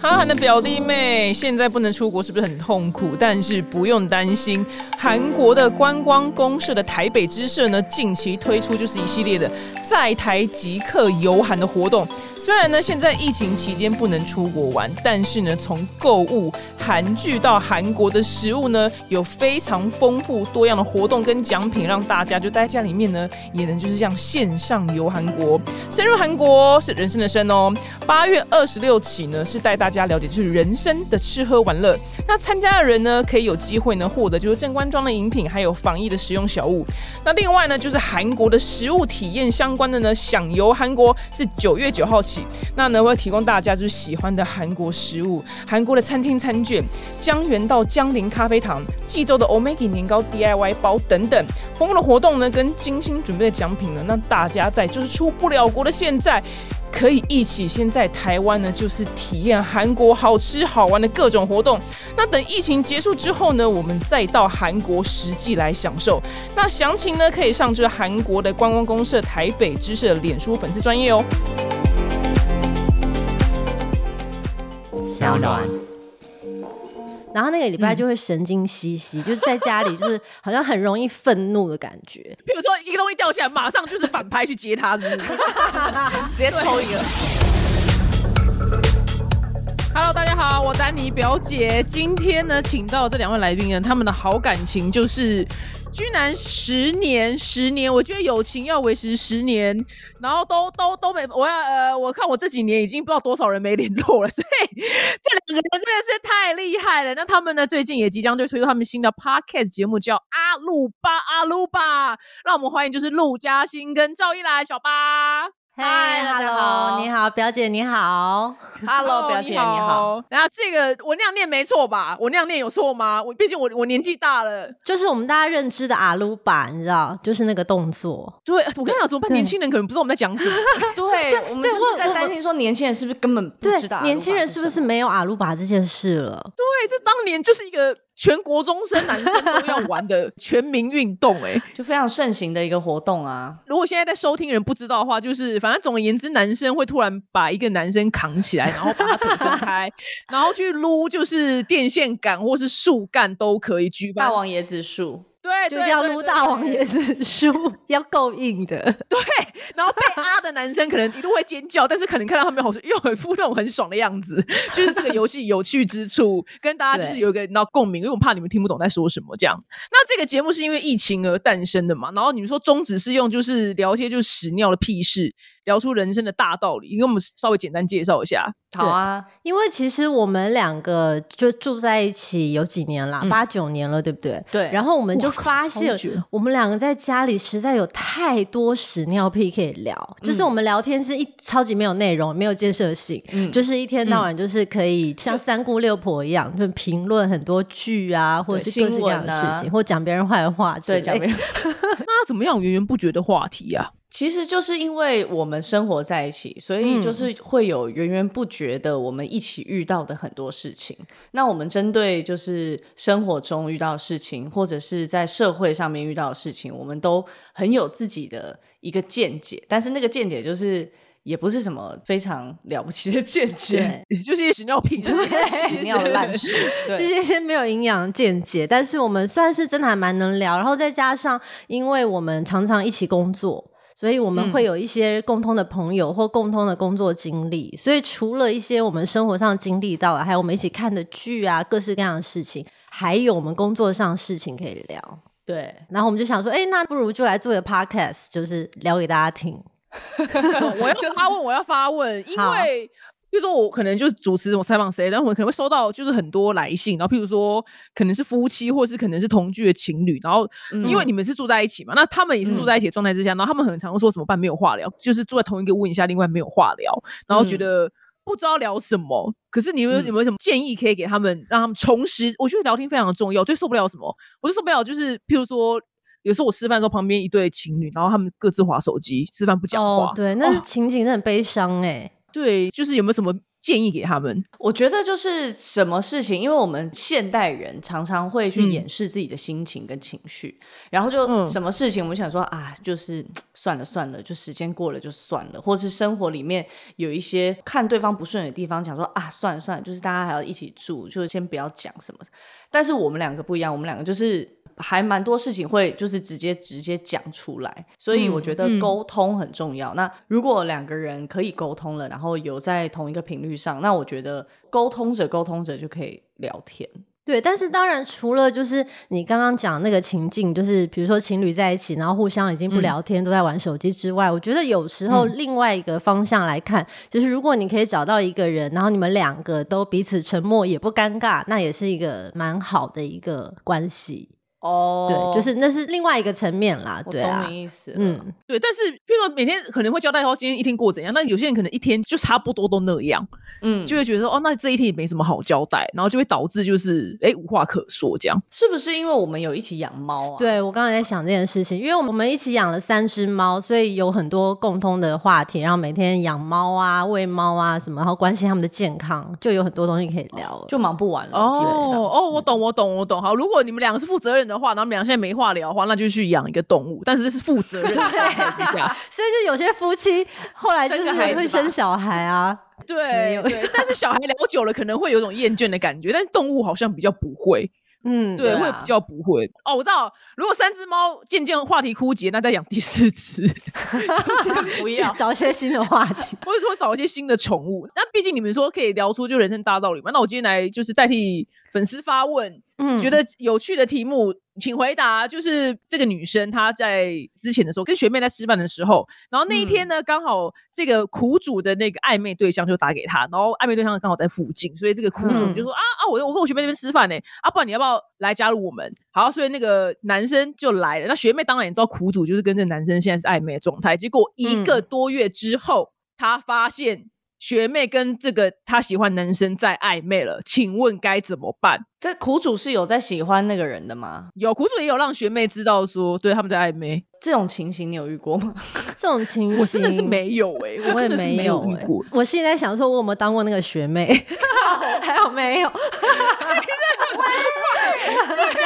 韩寒的表弟妹现在不能出国，是不是很痛苦？但是不用担心，韩国的观光公社的台北支社呢，近期推出就是一系列的在台即刻游韩的活动。虽然呢，现在疫情期间不能出国玩，但是呢，从购物、韩剧到韩国的食物呢，有非常丰富多样的活动跟奖品，让大家就待在家里面呢，也能就是这样线上游韩国。深入韩国是人生的深哦。八月二十六起呢，是带大家了解就是人生的吃喝玩乐。那参加的人呢，可以有机会呢获得就是正官庄的饮品，还有防疫的实用小物。那另外呢，就是韩国的食物体验相关的呢，想游韩国是九月九号起，那呢会提供大家就是喜欢的韩国食物、韩国的餐厅餐券、江原道江林咖啡堂、济州的 Omega 年糕 DIY 包等等。丰富的活动呢，跟精心准备的奖品呢，让大家在就是出不了国的现在。可以一起先在台湾呢，就是体验韩国好吃好玩的各种活动。那等疫情结束之后呢，我们再到韩国实际来享受。那详情呢，可以上就是韩国的观光公社台北支社的脸书粉丝专业哦。小暖，然后那个礼拜就会神经兮兮，嗯就是在家里就是好像很容易愤怒的感觉。比如说一个东西掉下来，马上就是反拍去接它，是不是？ 直接抽一个。Hello，大家好，我丹尼表姐。今天呢，请到这两位来宾呢，他们的好感情就是，居然十年，十年，我觉得友情要维持十年，然后都都都没，我要呃，我看我这几年已经不知道多少人没联络了，所以这两个人真的是太厉害了。那他们呢，最近也即将就推出他们新的 podcast 节目，叫《阿鲁巴阿鲁巴》，让我们欢迎就是陆嘉欣跟赵一兰小巴。 嗨嗨大家 hello，好你好，表姐你好。 Hello，表姐你好。。然后这个我那样念没错吧？我那样念有错吗？我毕竟我我年纪大了。就是我们大家认知的阿鲁巴，你知道，就是那个动作。对，我跟你讲，怎么办？对年轻人可能不知道我们在讲什么。 对，我们对就我是在担心说年轻人是不是根本不对知道，年轻人是不是没有阿鲁巴这件事了？对，这当年就是一个全国中生男生都要玩 的全民运动、哎，就非常盛行的一个活动啊？如果现在在收听人不知道的话，就是反正总而言之，男生会突然把一个男生扛起来，然后把他腿分开，然后去撸，就是电线杆或是树干都可以举大报。王椰子树，对，就一对定要对撸对大王对椰子树，要够硬的。对，然后被啊的男生可能一度会尖叫，但是可能看到他们好像又很副那种很爽的样子， 就是这个游戏有趣之处，跟大家就是对有一个闹共鸣，因为我怕你们听不懂在说什么这样。那这个节目是因为疫情而诞生的嘛，然后你们说宗旨是用就是聊一些就是屎尿的屁事，聊出人生的大道理，你给我们稍微简单介绍一下。好啊，因为其实我们两个就住在一起有几年啦，嗯八九、年了，对不对？对然后我们就哇靠发超现久，我们两个在家里实在有太多屎尿屁可以嗯聊，就是我们聊天是一超级没有内容，没有建设性，嗯就是一天到晚就是可以像三姑六婆一样，就评论很多剧啊，或者是各式各样的新闻啊事情，或讲别人坏话之类对，的，讲没有。 那怎么样有源源不绝的话题啊？ 其实就是因为我们生活在一起，所嗯以就是会有源源不绝的我们一起遇到的很多事情。那我们针对就是生活中遇到的事情，或者是在社会上面遇到的事情，我们都很有自己的一个见解，但是那个见解就是。也不是什么非常了不起的见解，对。就是一些屎尿屁，就是一些 屎尿烂事，对就是一些没有营养的见解，但是我们算是真的还蛮能聊，然后再加上因为我们常常一起工作。所以我们嗯会有一些共通的朋友或共通的工作经历，所以除了一些我们生活上经历到的，还有我们一起看的剧啊，各式各样的事情，还有我们工作上的事情可以聊。对，然后我们就想说，哎，那不如就来做一个 podcast，就是聊给大家听。嗯我要发问，我要发问，因好为比如说我可能就是主持我采访谁，然后我可能会收到就是很多来信，然后譬如说可能是夫妻，或是可能是同居的情侣，然后嗯因为你们是住在一起嘛，那他们也是住在一起的状态之下，然后他们很常说怎么办没有话聊，就是住在同一个屋檐下，另外没有话聊，然后觉嗯得。不知道聊什么，可是你有没有有没有什么建议可以给他们，让他们重拾？我觉得聊天非常重要，最受不了什么，我就受不了就是譬如说，有时候我吃饭的时候旁边一对情侣，然后他们哦各自划手机，吃饭不讲话，对，那情景真的很悲伤哎、对，就是有没有什么建议给他们？我觉得就是什么事情，因为我们现代人常常会去掩饰自己的心情跟情绪，然后就嗯什么事情我们想说啊，就是嘖算了算了，就时间过了就算了，或是生活里面有一些看对方不顺眼的地方，想说啊，算了算了，就是大家还要一起住，就先不要讲什么。但是我们两个不一样，我们两个就是还蛮多事情会就是直接直接讲出来，所以我觉得沟通很重要。那如果两个人可以沟通了，然后有在同一个频率上，那我觉得沟通者沟通者就可以聊天。对，但是当然，除了就是你刚刚讲那个情境，就是比如说情侣在一起，然后互相已经嗯不聊天，都在玩手机之外，我觉得有时候另外一个方向来看，就是如果你可以找到一个人，然后你们两个都彼此沉默也不尴尬，那也是一个蛮好的一个关系。哦对，就是那是另外一个层面啦，我对啊懂，你意思。嗯，嗯，对，但是譬如说每天可能会交代说今天一天过怎样，那有些人可能一天就差不多都那样，嗯，就会觉得说哦，那这一天也没什么好交代，然后就会导致就是哎无话可说这样。是不是因为我们有一起养猫啊？，对我刚才在想这件事情，因为我们一起养了三只猫，所以有很多共通的话题，然后每天养猫啊、喂猫啊什么，然后关心它们的健康，就有很多东西可以聊了。就忙不完了，基本上。哦哦，我懂，我懂，我懂。好，如果你们两个是负责任的话，然后你们俩现在没话聊的话，那就去养一个动物，但是这是负责任的对呀所以就有些夫 妻后来就是生个孩子吧会生小孩啊，对对。但是小孩聊久了可能会有一种厌倦的感觉，但是动物好像比较不会，嗯，对，对会啊比较不会。哦，我知道，如果三只猫渐渐话题枯竭，那再养第四只。 不就啊要。找一些新的话题。或者说找一些新的宠物。那毕竟你们说可以聊出就人生大道理嘛，那我今天来就是代替粉丝发问，嗯觉得有趣的题目，请回答。就是这个女生她在之前的时候跟学妹在吃饭的时候，然后那一嗯天呢刚、好这个苦主的那个暧昧对象就打给她，然后暧昧对象刚好在附近，所以这个苦主嗯就说、啊啊，我我跟我学妹那边吃饭呢、啊，不然你要不要来加入我们？好，所以那个男生就来了。那学妹当然也知道苦主就是跟这男生现在是暧昧的状态，结果一嗯个多月之后，她发现。学妹跟这个她喜欢男生在暧昧了，请问该怎么办？这苦主是有在喜欢那个人的吗？有苦主也有让学妹知道说，对他们在暧昧。这种情形你有遇过吗？ 这种情形，我真的是。没有哎、我也真的是没有有遇欸过。我现在想说，我有没有当过那个学妹？ 还有没有？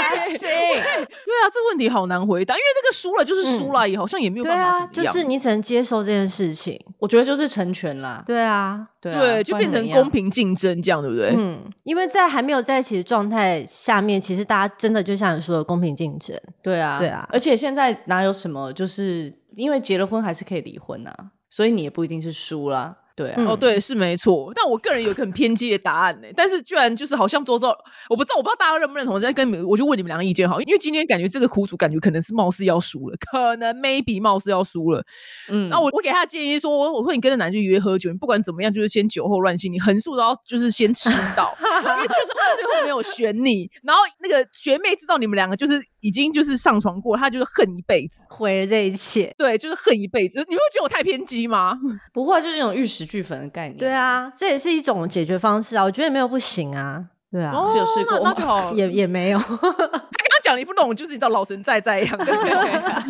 欸行，对啊，这问题好难回答，因为这个输了就是输了，也好像也没有对办啊法，怎就么样是你只能接受这件事情。我觉得就是成全啦。对啊，对啊对，就变成公。平竞争这样，对不对？嗯，因为在还没有在一起的状态下面，其实大家真的就像你说的公平竞争。不然怎么样对啊，对啊而且现在哪有什么，就是因为结了婚还是可以离婚啊，所以你也不一定是输啦。对啊，嗯哦，对，是没错。但我个人有一个很偏激的答案呢、但是居然就是好像周遭，我不知道，我不知道大家认不认同。我在跟你们，我就问你们两个意见好，因为今天感觉这个苦主感觉可能是貌似要输了，可能 maybe 貌似要输了。嗯，那我我给他的建议是说，我我说你跟着男生约喝酒，你不管怎么样，就是先酒后乱性，你横竖都要就是先吃 到，因为就算他最后没有选你，然后那个学妹知道你们两个就是已经就是上床过，她就是恨一辈子，毁了这一切。对，就是恨一辈子。你会觉得我太偏激吗？不过啊就是那种玉石俱焚的概念。对，啊，这也是一种解决方式啊，我觉得也没有不行啊。对啊，是有试过那吗那就哦好。也也没有。 刚刚讲了一副那种就是你知道老神在在一样，对不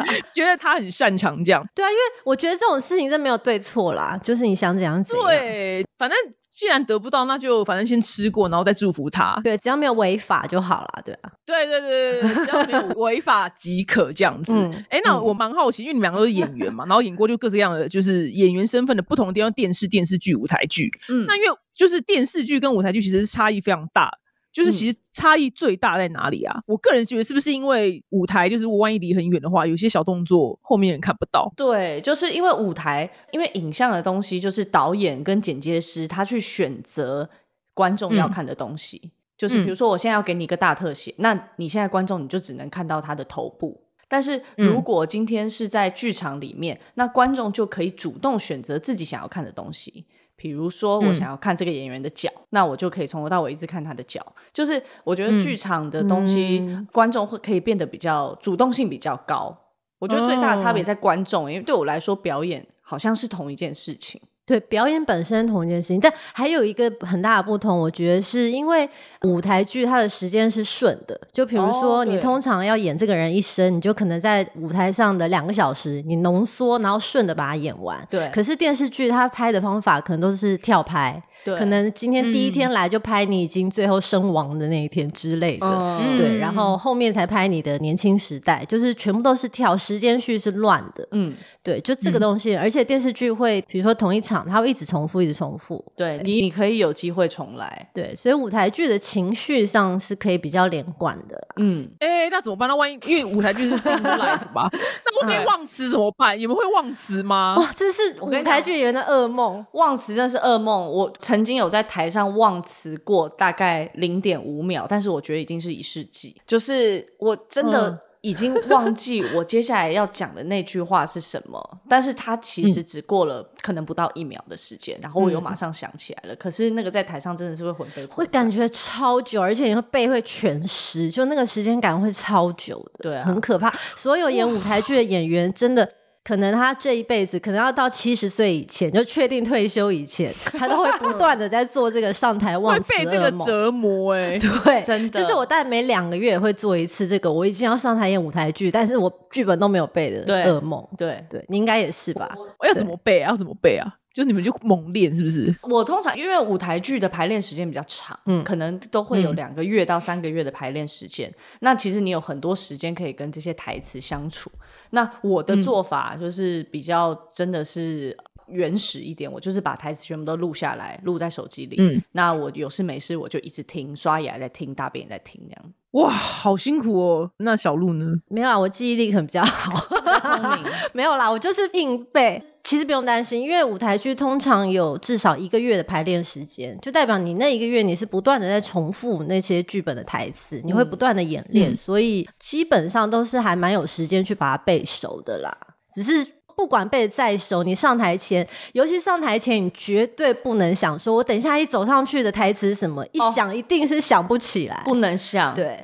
对？觉得他很擅长这样。对啊，因为我觉得这种事情真没有对错啦，就是你想怎样怎样。对，反正既然得不到，那就反正先吃过，然后再祝福他。对，只要没有违法就好啦，对啊。对对对对对，只要没有违法即可这样子。哎、嗯那我蛮好奇，因为你们两个都是演员嘛，然后演过就各式各样的，就是演员身份的不同的地方，电视、电视剧、舞台剧。嗯，那因为就是电视剧跟舞台剧其实是差异非常大，就是嗯其实差异最大在哪里啊？我个人觉得是不是因为舞台就是万一离很远的话，有些小动作后面人看不到。对，就是因为舞台，因为影像的东西，就是导演跟剪接师他去选择观众要嗯看的东西。就是比如嗯说，我现在要给你一个大特写，那你现在观众你就只能看到他的头部。但是如嗯果今天是在剧场里面，那观众就可以主动选择自己想要看的东西。比如说，我嗯想要看这个演员的脚，那我就可以从头到尾一直看他的脚。就是我觉得嗯剧场的东西，嗯观众会可以变得比较主动性比较高。我觉得最大的差别哦在观众，因为对我来说，表演好像是同一件事情。对，表演本身同一件事情，但还有一个很大的不同，我觉得是因为舞台剧它的时间是顺的，就比如哦说你对通常要演这个人一生，你就可能在舞台上的两个小时，你浓缩然后顺的把它演完。对可是电视剧它拍的方法可能都是跳拍，对嗯可能今天第一天来就拍你已经最后身亡的那一天之类的。哦嗯对，然后后面才拍你的年轻时代，就是全部都是跳，时间序是乱的。嗯，对，就这个东西，而且电视剧会，比如说同一场，它会一直重复，一直重复。对你你可以有机会重来，对，所以舞台剧的情绪上是可以比较连贯的啦。嗯，哎、那怎么办？那万一因为舞台剧是自己来的嗯吧？ 那万一忘词怎么办？你们会忘词吗？哇，这是舞哦跟你台讲剧演员的噩梦。忘词真是噩梦。我曾经有在台上忘词过大概零点五秒，但是我觉得已经是一世纪，就是我真嗯的已经忘记我接下来要讲的那句话是什么，但是它其嗯实只过了可能不到一秒的时间，然后我又马上想起来了。可是那个在台上真的是会魂飞魄会散。感觉超久，而且你会背会全湿，就那个时间感会超久的，对啊很可怕。所有演舞台剧的演员真的。可能他这一辈子，可能要到七十岁以前，就确定退休以前，他都会不断的在做这个上 台会忘词被这噩个梦。折 磨哎、对，真的就是我大概每两个月也会做一次这个，我已经要上台演舞台剧，但是我剧本都没有背的对噩梦。对对，你应该也是吧？我要怎么背啊？要怎么背啊？就你们就猛练是不是？我通常因为舞台剧的排练时间比较长，嗯可能都会有嗯两个月到三个月的排练时间。那其实你有很多时间可以跟这些台词相处。那我嗯的做法就是比较真的是原始一点，我就是把台词全部都录下来，录在手机里。嗯，那我有事没事我就一直听，刷牙在听，大便也在听，这样。哇，好辛苦哦。那小鹿呢？没有啊，我记忆力可能比较好。聪 明，没有啦，我就是硬背。其实不用担心，因为舞台剧通常有至少一个月的排练时间，就代表你那一个月你是不断的在重复那些剧本的台词，你会不断的演练，嗯所以基本上都是还蛮有时间去把它背熟的啦。只是不管背得再熟，你上台前，尤其上台前，你绝对不能想说我等一下一走上去的台词是什么，一哦想一定是想不起来。不能想，，对，哇，真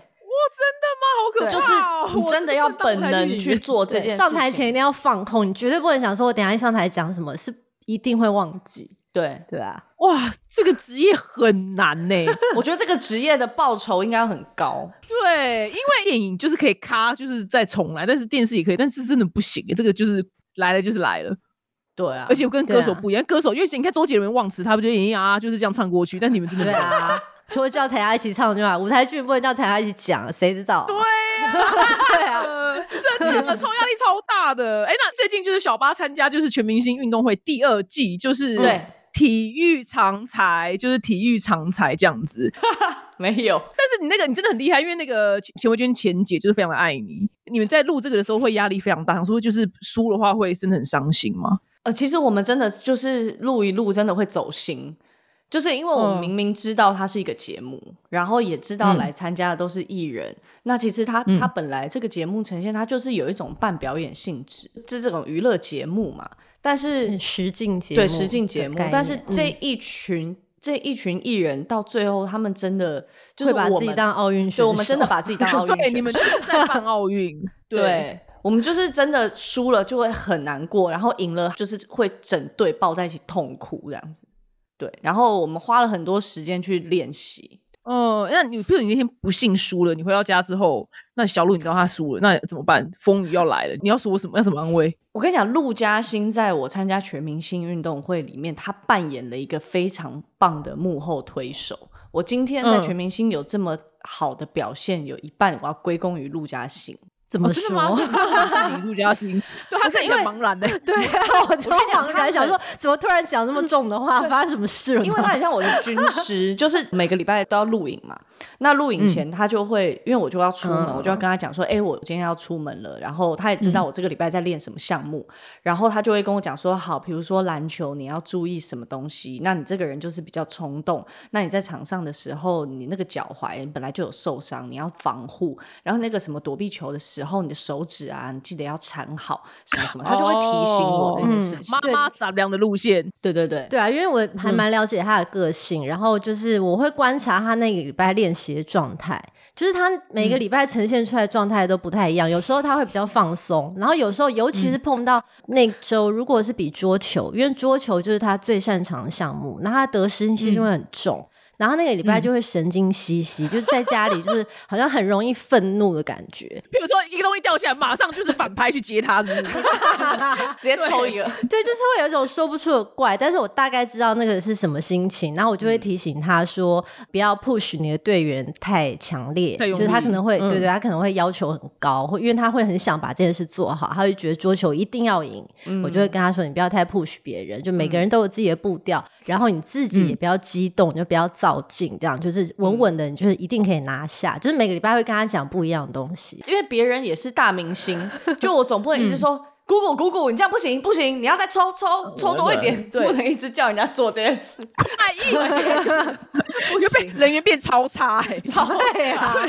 的就吗？是好可怕、哦！你真的要本能去做这对件事情。上台前一定要放空，你绝对不能想说我等一下一上台讲什么，是一定会忘记。对，对啊，哇，这个职业很难呢、我觉得这个职业的报酬应该很高。 对，因为电影就是可以咔，就是再重来，但是电视也可以，但是真的不行、欸这个就是来了就是来了，对啊，而且我跟对啊歌手不一样，歌手因为你看周杰伦忘词，他不就演啊就是这样唱过去，但你们真的对啊，除了叫台下一起唱就好，舞台剧不能叫台下一起讲，谁知道啊、对啊， 真的那冲压力超大的。哎、那最近就是小巴参加就是全明星运动会第二季，就是对体育常才，就是体育常才这样子。没有，但是你那个你真的很厉害，因为那个钱钱慧娟钱姐就是非常的爱你。你们在录这个的时候会压力非常大，想说就是输的话会真的很伤心 吗？呃，其实我们真的就是录一录，真的会走心，就是因为我嗯们明明知道它是一个节目，然后也知道嗯来参加的都是艺人，那其实它嗯它本来这个节目呈现它就是有一种半表演性质，是这种娱乐节目嘛，但是嗯实境节目对实境节目的概，念但是这嗯一群、这一群艺人到最后，他们真的就是会把我自己们当奥运选对，手，我们真的把自己当奥运选对，手，你们就是在办奥运， 对。对，我们就是真的输了就会很难过，然后赢了就是会整队抱在一起痛哭这样子。对，然后我们花了很多时间去练习。哦、那你譬如你那天不幸输了，你回到家之后，那小鹿你知道他输了，那怎么办？风雨要来了，你要说什么？要什么安慰？我跟你讲，陆嘉欣在我参加全明星运动会里面，她扮演了一个非常棒的幕后推手。我今天在嗯全明星有这么好的表现，有一半我要归功于陆嘉欣。 怎么真说？的 吗？你陆嘉 欣，对，他不是是一因个为茫然的、对啊， 我超讲茫他然，很想 说怎么突然讲那么重的 话，发生什么事了？因为他很像我的军师，就是每个礼拜都要录影嘛。那录影前他就会，因为我就要出门，嗯我就要跟他讲说，哎、我今天要出门了。然后他也知道我这个礼拜在练什么项目，然后他就会跟我讲说，好，比如说篮球你要注意什么东西，那你这个人就是比较冲动，那你在场上的时候，你那个脚踝本来就有受伤，你要防护。然后那个什么躲避球的时候，你的手指啊，你记得要缠好，什么什么，他就会提醒我这件事情。妈哦嗯妈杂粮的路线，对对对。对啊，因为我还蛮了解他的个性，然后就是我会观察他那个礼拜练习的状态，就是他每个礼拜呈现出来的状态都不太一样，有时候他会比较放松，然后有时候尤其是碰到那周，如果是比桌球，因为桌球就是他最擅长的项目，那他得失心就会很重。然后那个礼拜就会神经兮兮，就是在家里就是好像很容易愤怒的感觉。比如说一个东西掉下来，马上就是反拍去接它， 是 不是直接抽一个，对，就是会有一种说不出的怪，但是我大概知道那个是什么心情，然后我嗯就会提醒他说，不要 push 你的队员太强烈，太用就力是他可能会，嗯对对，他可能会要求很高，或因为他会很想把这件事做好，他会觉得桌球一定要赢，我就会嗯跟他说，你不要太 push 别人，就每个人都有自己的步调，然后你自嗯己也不要激动，你就不要躁进，这样就是稳稳的，你就是一定可以拿下，就是每个礼拜会跟他讲不一样的东西，因为别人也是大 明星，就我总不能一直说。嗯姑姑姑姑，你这样不行不行，你要再抽抽抽多一点，对不能一直叫人家做这 件事，太硬 了，不就被行。人员变超 差哎、 超对啊强，对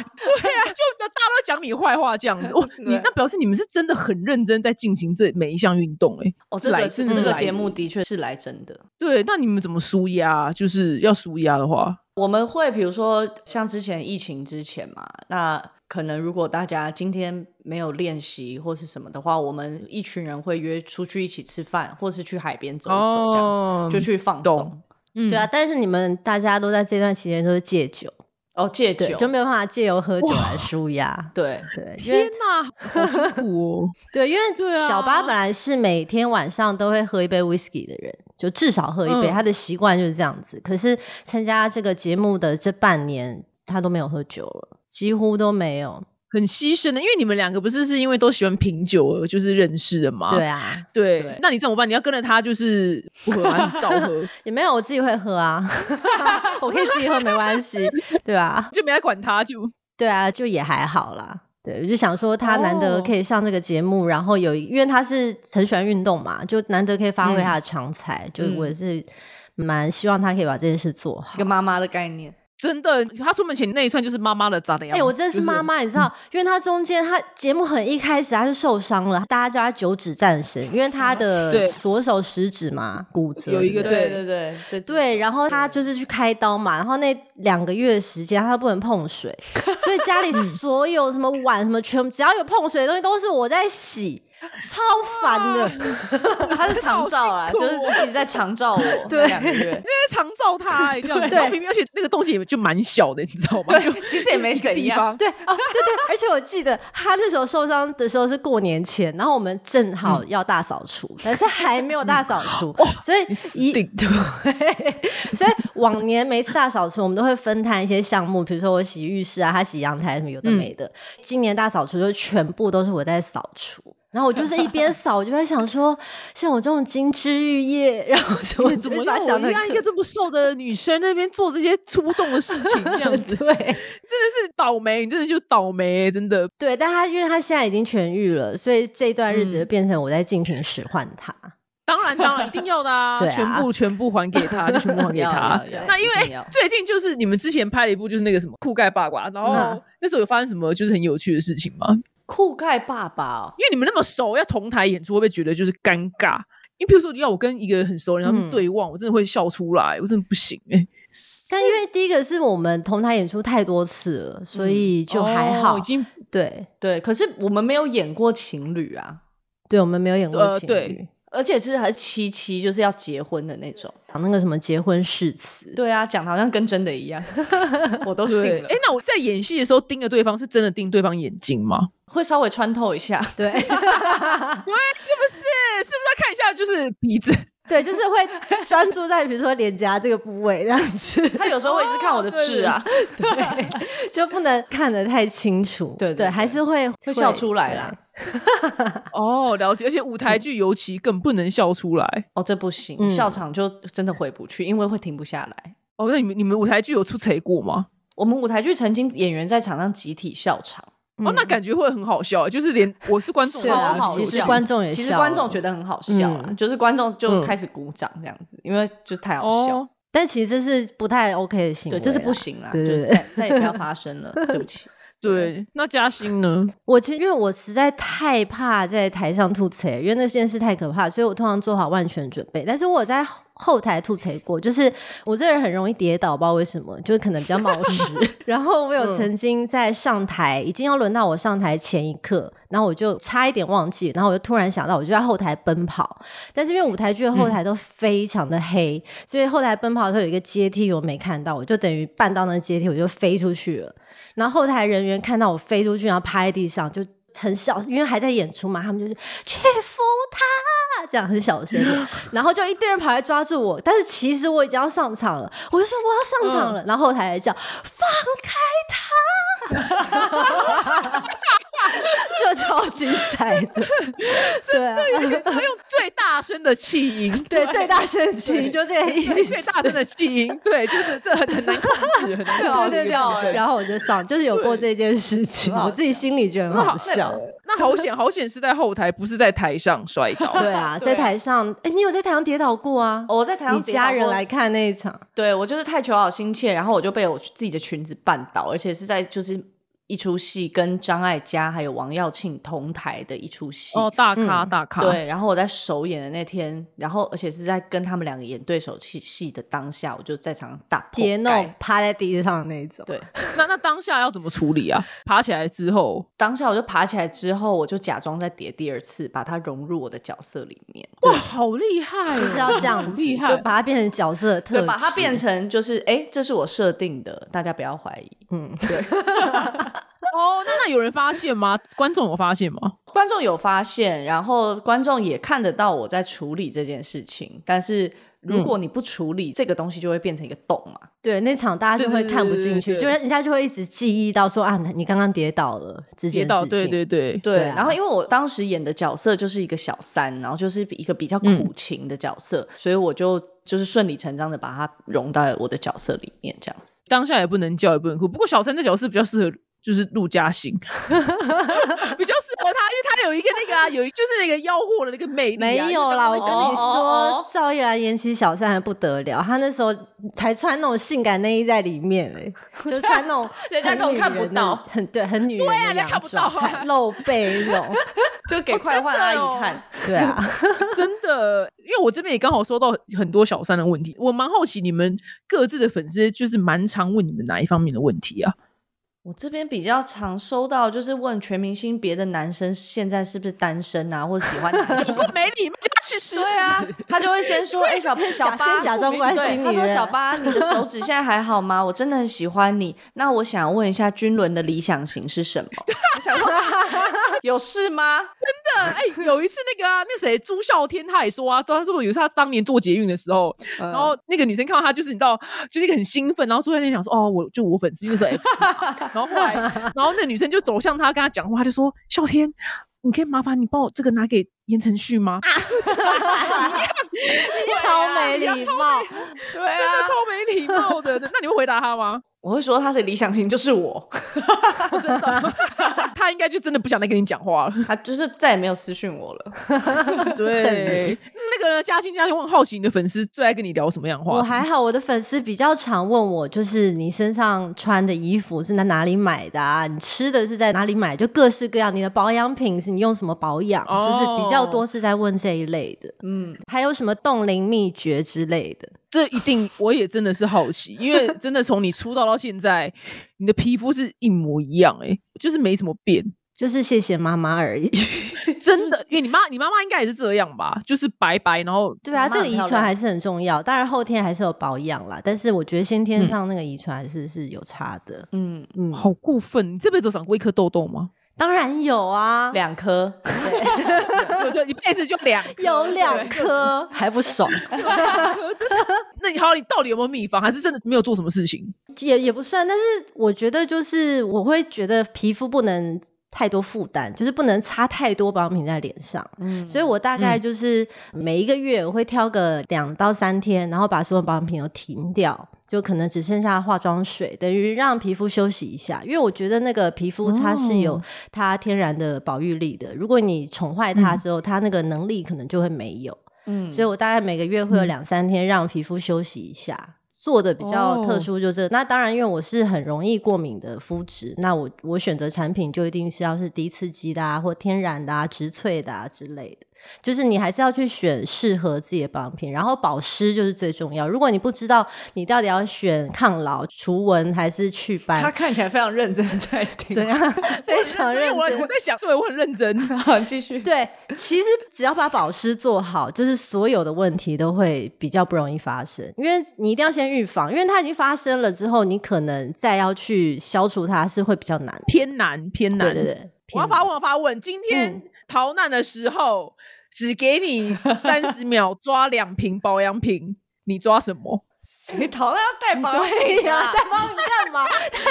啊，就大家都讲你坏话这样子，哇，你对那表示你们是真的很认真在进行这每一项运动哎、哦，是这来个是来这个的节目的确是来真的。对，那你们怎么舒压？就是要舒压的话，我们会比如说像之前疫情之前嘛，那可能如果大家今天没有练习或是什么的话，我们一群人会约出去一起吃饭，或是去海边走一走这样子，哦就去放懂松。嗯对啊，，但是你们大家都在这段期间都是戒酒。哦，戒对，酒就没有办法借由喝酒来舒压。对，对，因天为哪，好辛苦哦。对，因对啊为小巴本来是每天晚上都会喝一杯 whisky 的人，就至少喝一杯，嗯他的习惯就是这样子。可是参加这个节目的这半年，他都没有喝酒了，几乎都没有。很牺牲的，欸因为你们两个不是是因为都喜欢品酒而就是认识的吗？对啊，对对那你怎么办？你要跟着他就是不喝啊，你照喝，也没有，我自己会喝啊， 我可以自己喝没关系，对吧、啊？ 就没来管他， 就对啊，就也还好啦。对，我就想说他难得哦可以上这个节目，然后有一，因为他是很喜欢运动嘛，就难得可以发挥他的长才，就嗯我也是蛮希望他可以把这件事做一好个。妈妈的概念。真的，他出门前那一串就是妈妈的咋的样？哎、我真的是妈妈，你嗯知道，因为他中间他节目很一开始他是受伤了，大家叫他九指战神，因为他对的左手食指嘛骨折，有一个对不对对对对对，这对，然后他就是去开刀嘛，然后那两个月的时间他不能碰水，所以家里所有什么碗什么全部只要有碰水的东西都是我在洗，超烦的。 他是长照啊，这好就辛是苦一直在长照 我对那两个月，在常照他、哎，这样子，对然后明明而且那个东西也就蛮小的，你知道吗？就对，其实也没地怎样。方，对哦，对对，而且我记得他那时候受伤的时候是过年前，然后我们正好要大扫除，但是还没有大扫除，所以一顶多 所以往年每次大扫除，我们都会分摊一些项目，比如说我洗浴室啊，他洗阳台什么有的没嗯的。今年大扫除就全部都是我在扫除。然后我就是一边扫，我就在 想说，像我这种金枝玉叶，然后什么怎么就让把它想我的让一个这么瘦的女生那边做这些出众的事情，这样子真的 对是倒霉，你真的就倒霉、真的。对，但他因为他现在已经痊愈了，所以这段日子就变成我在尽情使唤他。当然，当然，一定要的啊！对啊全部全部还给他，就全部还给他 要要要。那因为一定哎要最近就是你们之前拍了一部，就是那个什么酷盖八卦，然后嗯那时候有发生什么就是很有趣的事情吗？酷盖爸爸哦，因为你们那么熟，要同台演出，会不会觉得就是尴尬？因为比如说要我跟一个很熟的人他们嗯对望，我真的会笑出来，我真的不行哎、但因为第一个是我们同台演出太多次了，所以就还好。哦已经对对，可是我们没有演过情侣啊，对，我们没有演过呃情对侣，而且是还是七七，就是要结婚的那种。讲那个什么结婚誓词。对啊，讲的好像跟真的一样， 我都对信了哎、。那我在演戏的时候盯着对方，是真的盯对方眼睛吗？会稍微穿透一下，对对，哎是不是？是不是要看一下就是鼻子？对，就是会专注在比如说脸颊这个部位这样子，他有时候会一直看我的痣啊，就不能看得太清楚。对对对还是会会笑出来啦。。哦，了解。而且舞台剧尤其更不能笑出来。哦，这不行，嗯笑场就真的回不去，因为会停不下来。哦，那你们你们舞台剧有出彩过吗？我们舞台剧曾经演员在场上集体笑场，对哦，那感觉会很好笑，就是 连我是观众，对嗯啊我是好好其笑实笑观众也其实笑观众了觉得很好笑啊，嗯就是观众嗯就开始鼓掌这样子，因为就太好笑。哦，但其实这是不太 OK 的行为啦，对，这是不行啦，对对就对再再也不要发生了， 对不起。对。那嘉欣 呢？我其实因为我实在太怕在台上吐槽，因为那件事太可怕，所以我通常做好万全准备。但是我在后台吐槽过，就是我这个人很容易跌倒，不知道为什么，就是可能比较冒失。然后我有曾经在上台，已经要轮到我上台前一刻，然后我就差一点忘记，然后我就突然想到，我就在后台奔跑，但是因为舞台剧的后台都非常的黑，所以后台奔跑的时候有一个阶梯我没看到，我就等于绊到那阶梯，我就飞出去了。然后后台人员看到我飞出去，然后趴在地上，就很小，因为还在演出嘛，他们就是去扶他，这样很小声的，然后就一堆人跑来抓住我，但是其实我已经要上场了，我就说我要上场了，然后后台还叫放开他， 就超精彩的，对啊，他用最大声的气音， 对，最大声情对就这个意对思，最大声的气音，对，就是这很很难控制，很 难控好制。对对 笑欸对，然后我就上，就是有过这件事情，很好我自己心里觉得很好笑。那好险，好险是在后台，不是在台上摔倒。对啊，在台上，哎、你有在台上跌倒过啊？我哦在台上你跌倒家人过来看那一场，对我就是太求好心切，然后我就被我自己的裙子绊倒，而且是在就是一出戏跟张艾嘉还有王耀庆同台的一出戏。哦，大咖、嗯大咖，，对，然后我在首演的那天，然后而且是在跟他们两个演对手戏戏的当下，我就在场上大破别弄盖趴在地上的那一种。对，那那当下要怎么处理啊？爬起来之后，当下我就爬起来之后，我就假装再叠第二次，把它融入我的角色里面，哇，好厉害、哦！ 就是要这样好子，厉害就把它变成角色的特对，质，把它变成就是哎，诶这是我设定的，大家不要怀疑。哦，那那有人发现吗？观众有发现吗？观众有发现，然后观众也看得到我在处理这件事情，但是。如果你不处理、这个东西，就会变成一个洞嘛。对那场大家就会对对对看不进去，对对对就是人家就会一直记忆到说啊，你刚刚跌倒了这跌件事倒，情。对对对，对，对啊然后因为我当时演的角色就是一个小三，然后就是一个比较苦情的角色，所以我就就是顺理成章的把它融到我的角色里面，这样子。当下也不能叫，也不能哭。不过小三这角色比较适合。就是陆嘉欣， 比较适合他，因为他有一个那个啊，有一就是那个吆喝的那个魅力、啊。没有啦，我就是跟刚刚你会讲哦哦说，赵一兰演起小三还不得了，她那时候才穿那种性感内衣在里面嘞，就穿那种人家很根本女看不人的到很对，很女人的人家看洋不到装，啊露背那种，就给快换阿姨看，对啊。真的，因为我这边也刚好收到很多小三的问题，我蛮好奇你们各自的粉丝就是蛮常问你们哪一方面的问题啊？我这边比较常收到就是问全明星别的男生现在是不是单身啊，或者喜欢男 生。不没礼貌，是事实。对啊，他就会先说：“哎、小 小假八，先假装关对，心他你说了小八，你的手指现在还好吗？我真的很喜欢你。那我想问一下，君伦的理想型是什么？ 我想说，有事吗？哎、有一次那个啊，那谁朱孝天他也说啊，他说有一次他当年做捷运的时候，然然后那个女生看到他就是你知道，就是一个很兴奋，然后坐在那里想说哦，我就我粉丝就是 F，然 后后来，然后那女生就走向他跟他讲话，就说孝天，你可以麻烦你帮我这个拿给言承旭吗？ 超没礼貌，对真的啊，超没礼貌的，那你会回答他吗？我会说他的理想型就是我，真的，他应该就真的不想再跟你讲话了。他就是再也没有私讯我了。对，那个呢，嘉欣，嘉欣，我很好奇你的粉丝最爱跟你聊什么样的话我题？还好，我的粉丝比较常问我，就是你身上穿的衣服是在哪里买的啊？你吃的是在哪里买？就各式各样，你的保养品是你用什么保养？哦就是比较多是在问这一类的，嗯，还有什么冻龄秘诀之类的。这一定，我也真的是好奇，因为真的从你出道到现在，你的皮肤是一模一样、欸，就是没什么变，就是谢谢妈妈而已。真的。因为你妈，你妈妈应该也是这样吧，就是白白，然后 对啊，妈妈这个很遗漂传亮还是很重要，当然后天还是有保养啦。但是我觉得先天上那个遗传还是、是有差的。嗯，嗯，好过分。你这辈子有长过一颗痘痘 吗？当然有啊，两颗，就就一辈子就两颗有两对颗还不 爽。那你好，你到底有没有秘方，还是真的没有做什么事情？也也不算，但是我觉得就是我会觉得皮肤不能太多负担，就是不能擦太多保养品在脸上。嗯，所以我大概就是每一个月我会挑个两到三天，然后把所有保养品都停掉，就可能只剩下化妆水，等于让皮肤休息一下。因为我觉得那个皮肤它是有哦它天然的保育力的，如果你宠坏它之后，它那个能力可能就会没有。嗯，所以我大概每个月会有两三天让皮肤休息一下。做的比较特殊就这个那当然因为我是很容易过敏的肤质，那我我选择产品就一定是要是低刺激的啊，或天然的啊、植萃的啊之类的。就是你还是要去选适合自己的保养品，然后保湿就是最重要。如果你不知道你到底要选抗老、除蚊还是祛他斑，看起来非常认真在听，怎样非常认我真我。在想，对我很认 真。好，继续。对，其实只要把保湿做好，就是所有的问题都会比较不容易发生，因为你一定要先预防，因为它已经发生了之后，你可能再要去消除它是会比较 难的。偏难，偏难。对对对，我要偏发问，我要发问。今天逃难的时候，只给你三十秒抓两瓶保养品，你抓什么？ 谁讨论要带保对养呀、啊？大帮你干嘛？太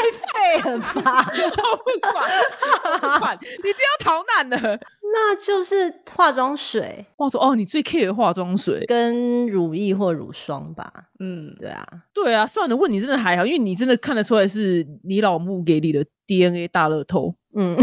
废了吧！我不管，我不管，你今天要逃难了。那就是化妆水话说哦，你最 care 的化妆水？跟乳液或乳霜吧。嗯，对啊，对啊，算了，问你真的还好，因为你真的看得出来是你老母给你的 DNA 大乐透。 嗯，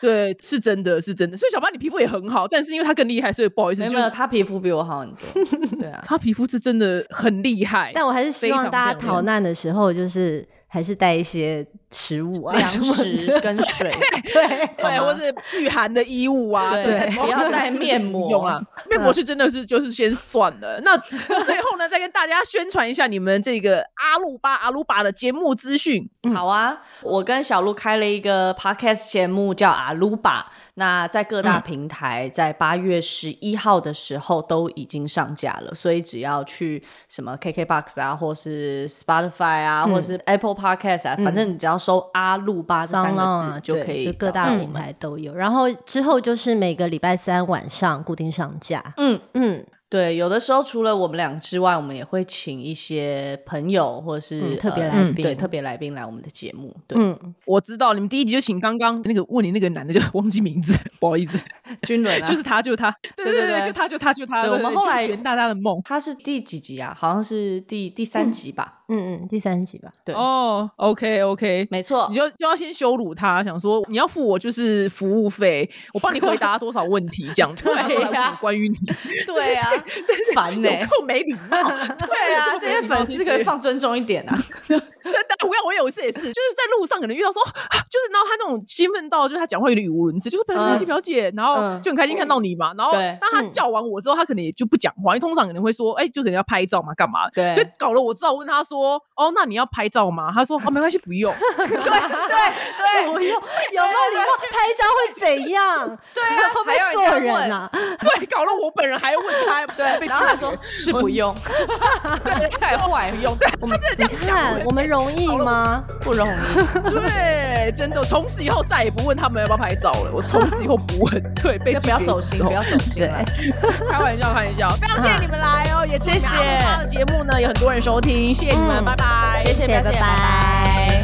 对，是真的，是真的。所以小八，你皮肤也很好，但是因为他更厉害，所以不好意思，没有就没有，他皮肤比我好很 多。对啊，他皮肤是真的很厉害。但我还是希非望常大家漂亮逃难的时候，就是还是带一些食物啊，粮什么食跟水， 对，好吗哎或是御寒的衣物啊，对但不要带面膜嗯用啊，面膜是真的是就是先算了。 那最后呢，再跟大家宣传一下你们这个阿鲁巴阿鲁巴的节目资讯。好啊，我跟小鹿开了一个 podcast 节目，叫阿鲁巴。那在各大平台，在八月十一号的时候都已经上架了，所以只要去什么 KKBox 啊，或是 Spotify 啊，或是 Apple Podcast 啊，反正你只要搜“阿鲁巴”这三 Sound 个啊字就对可以就找到我们，各大品牌都有。然后之后就是每个礼拜三晚上固定上架。嗯。嗯，对，有的时候除了我们俩之外，我们也会请一些朋友或是、嗯特别呃来宾对特别来宾来我们的节目。对，嗯，我知道你们第一集就请刚刚那个问你那个男的，就忘记名字， 不好意 思， 君伦 啊，就是他，就是他，对对对对，对就他，就他，就他。对我们后来圆大大的梦。他是第几集啊？好像是第第三集吧？嗯嗯，第三集吧。对，哦，OK OK，没错你。就就要先羞辱他，想说你要付我就是服务费，我帮你回答多少问题，这样 对啊多少问题关于你，对啊，真是烦呢有够没礼貌。对 对啊，这些粉丝可以放尊重一点啊。 真的，我要我有一次也是，就是在路上可能遇到说，啊就是然后他那种兴奋到，就是他讲话有点语无伦次，就是表姐嗯表姐表姐，然后嗯就很开心看到你嘛，然后对那他嗯叫完我之后，他可能也就不讲话，因为通常可能会说，哎，就可能要拍照嘛，干嘛？对就搞了我之后，我问他说，哦，那你要拍照吗？他说，哦，没关系，不用。 对对 我有有没有礼貌？拍照会怎样？对啊 会不还有会人家做人啊？对，搞了我本人还要问他，对，被然后他说是不 用， 太坏了，用对，我们真的这你样讲看，我们容易吗？不容易， 对，真的，从此以后再也不问他们要不要拍照了，我从此以后不 问，对，被不要拒绝走之心，后不要走心了。开玩笑，开玩笑，非常谢谢你们来哦，也谢嗯谢谢的节目呢，有很多人收听，谢谢你们，嗯拜拜，谢谢表姐，谢谢拜拜拜拜。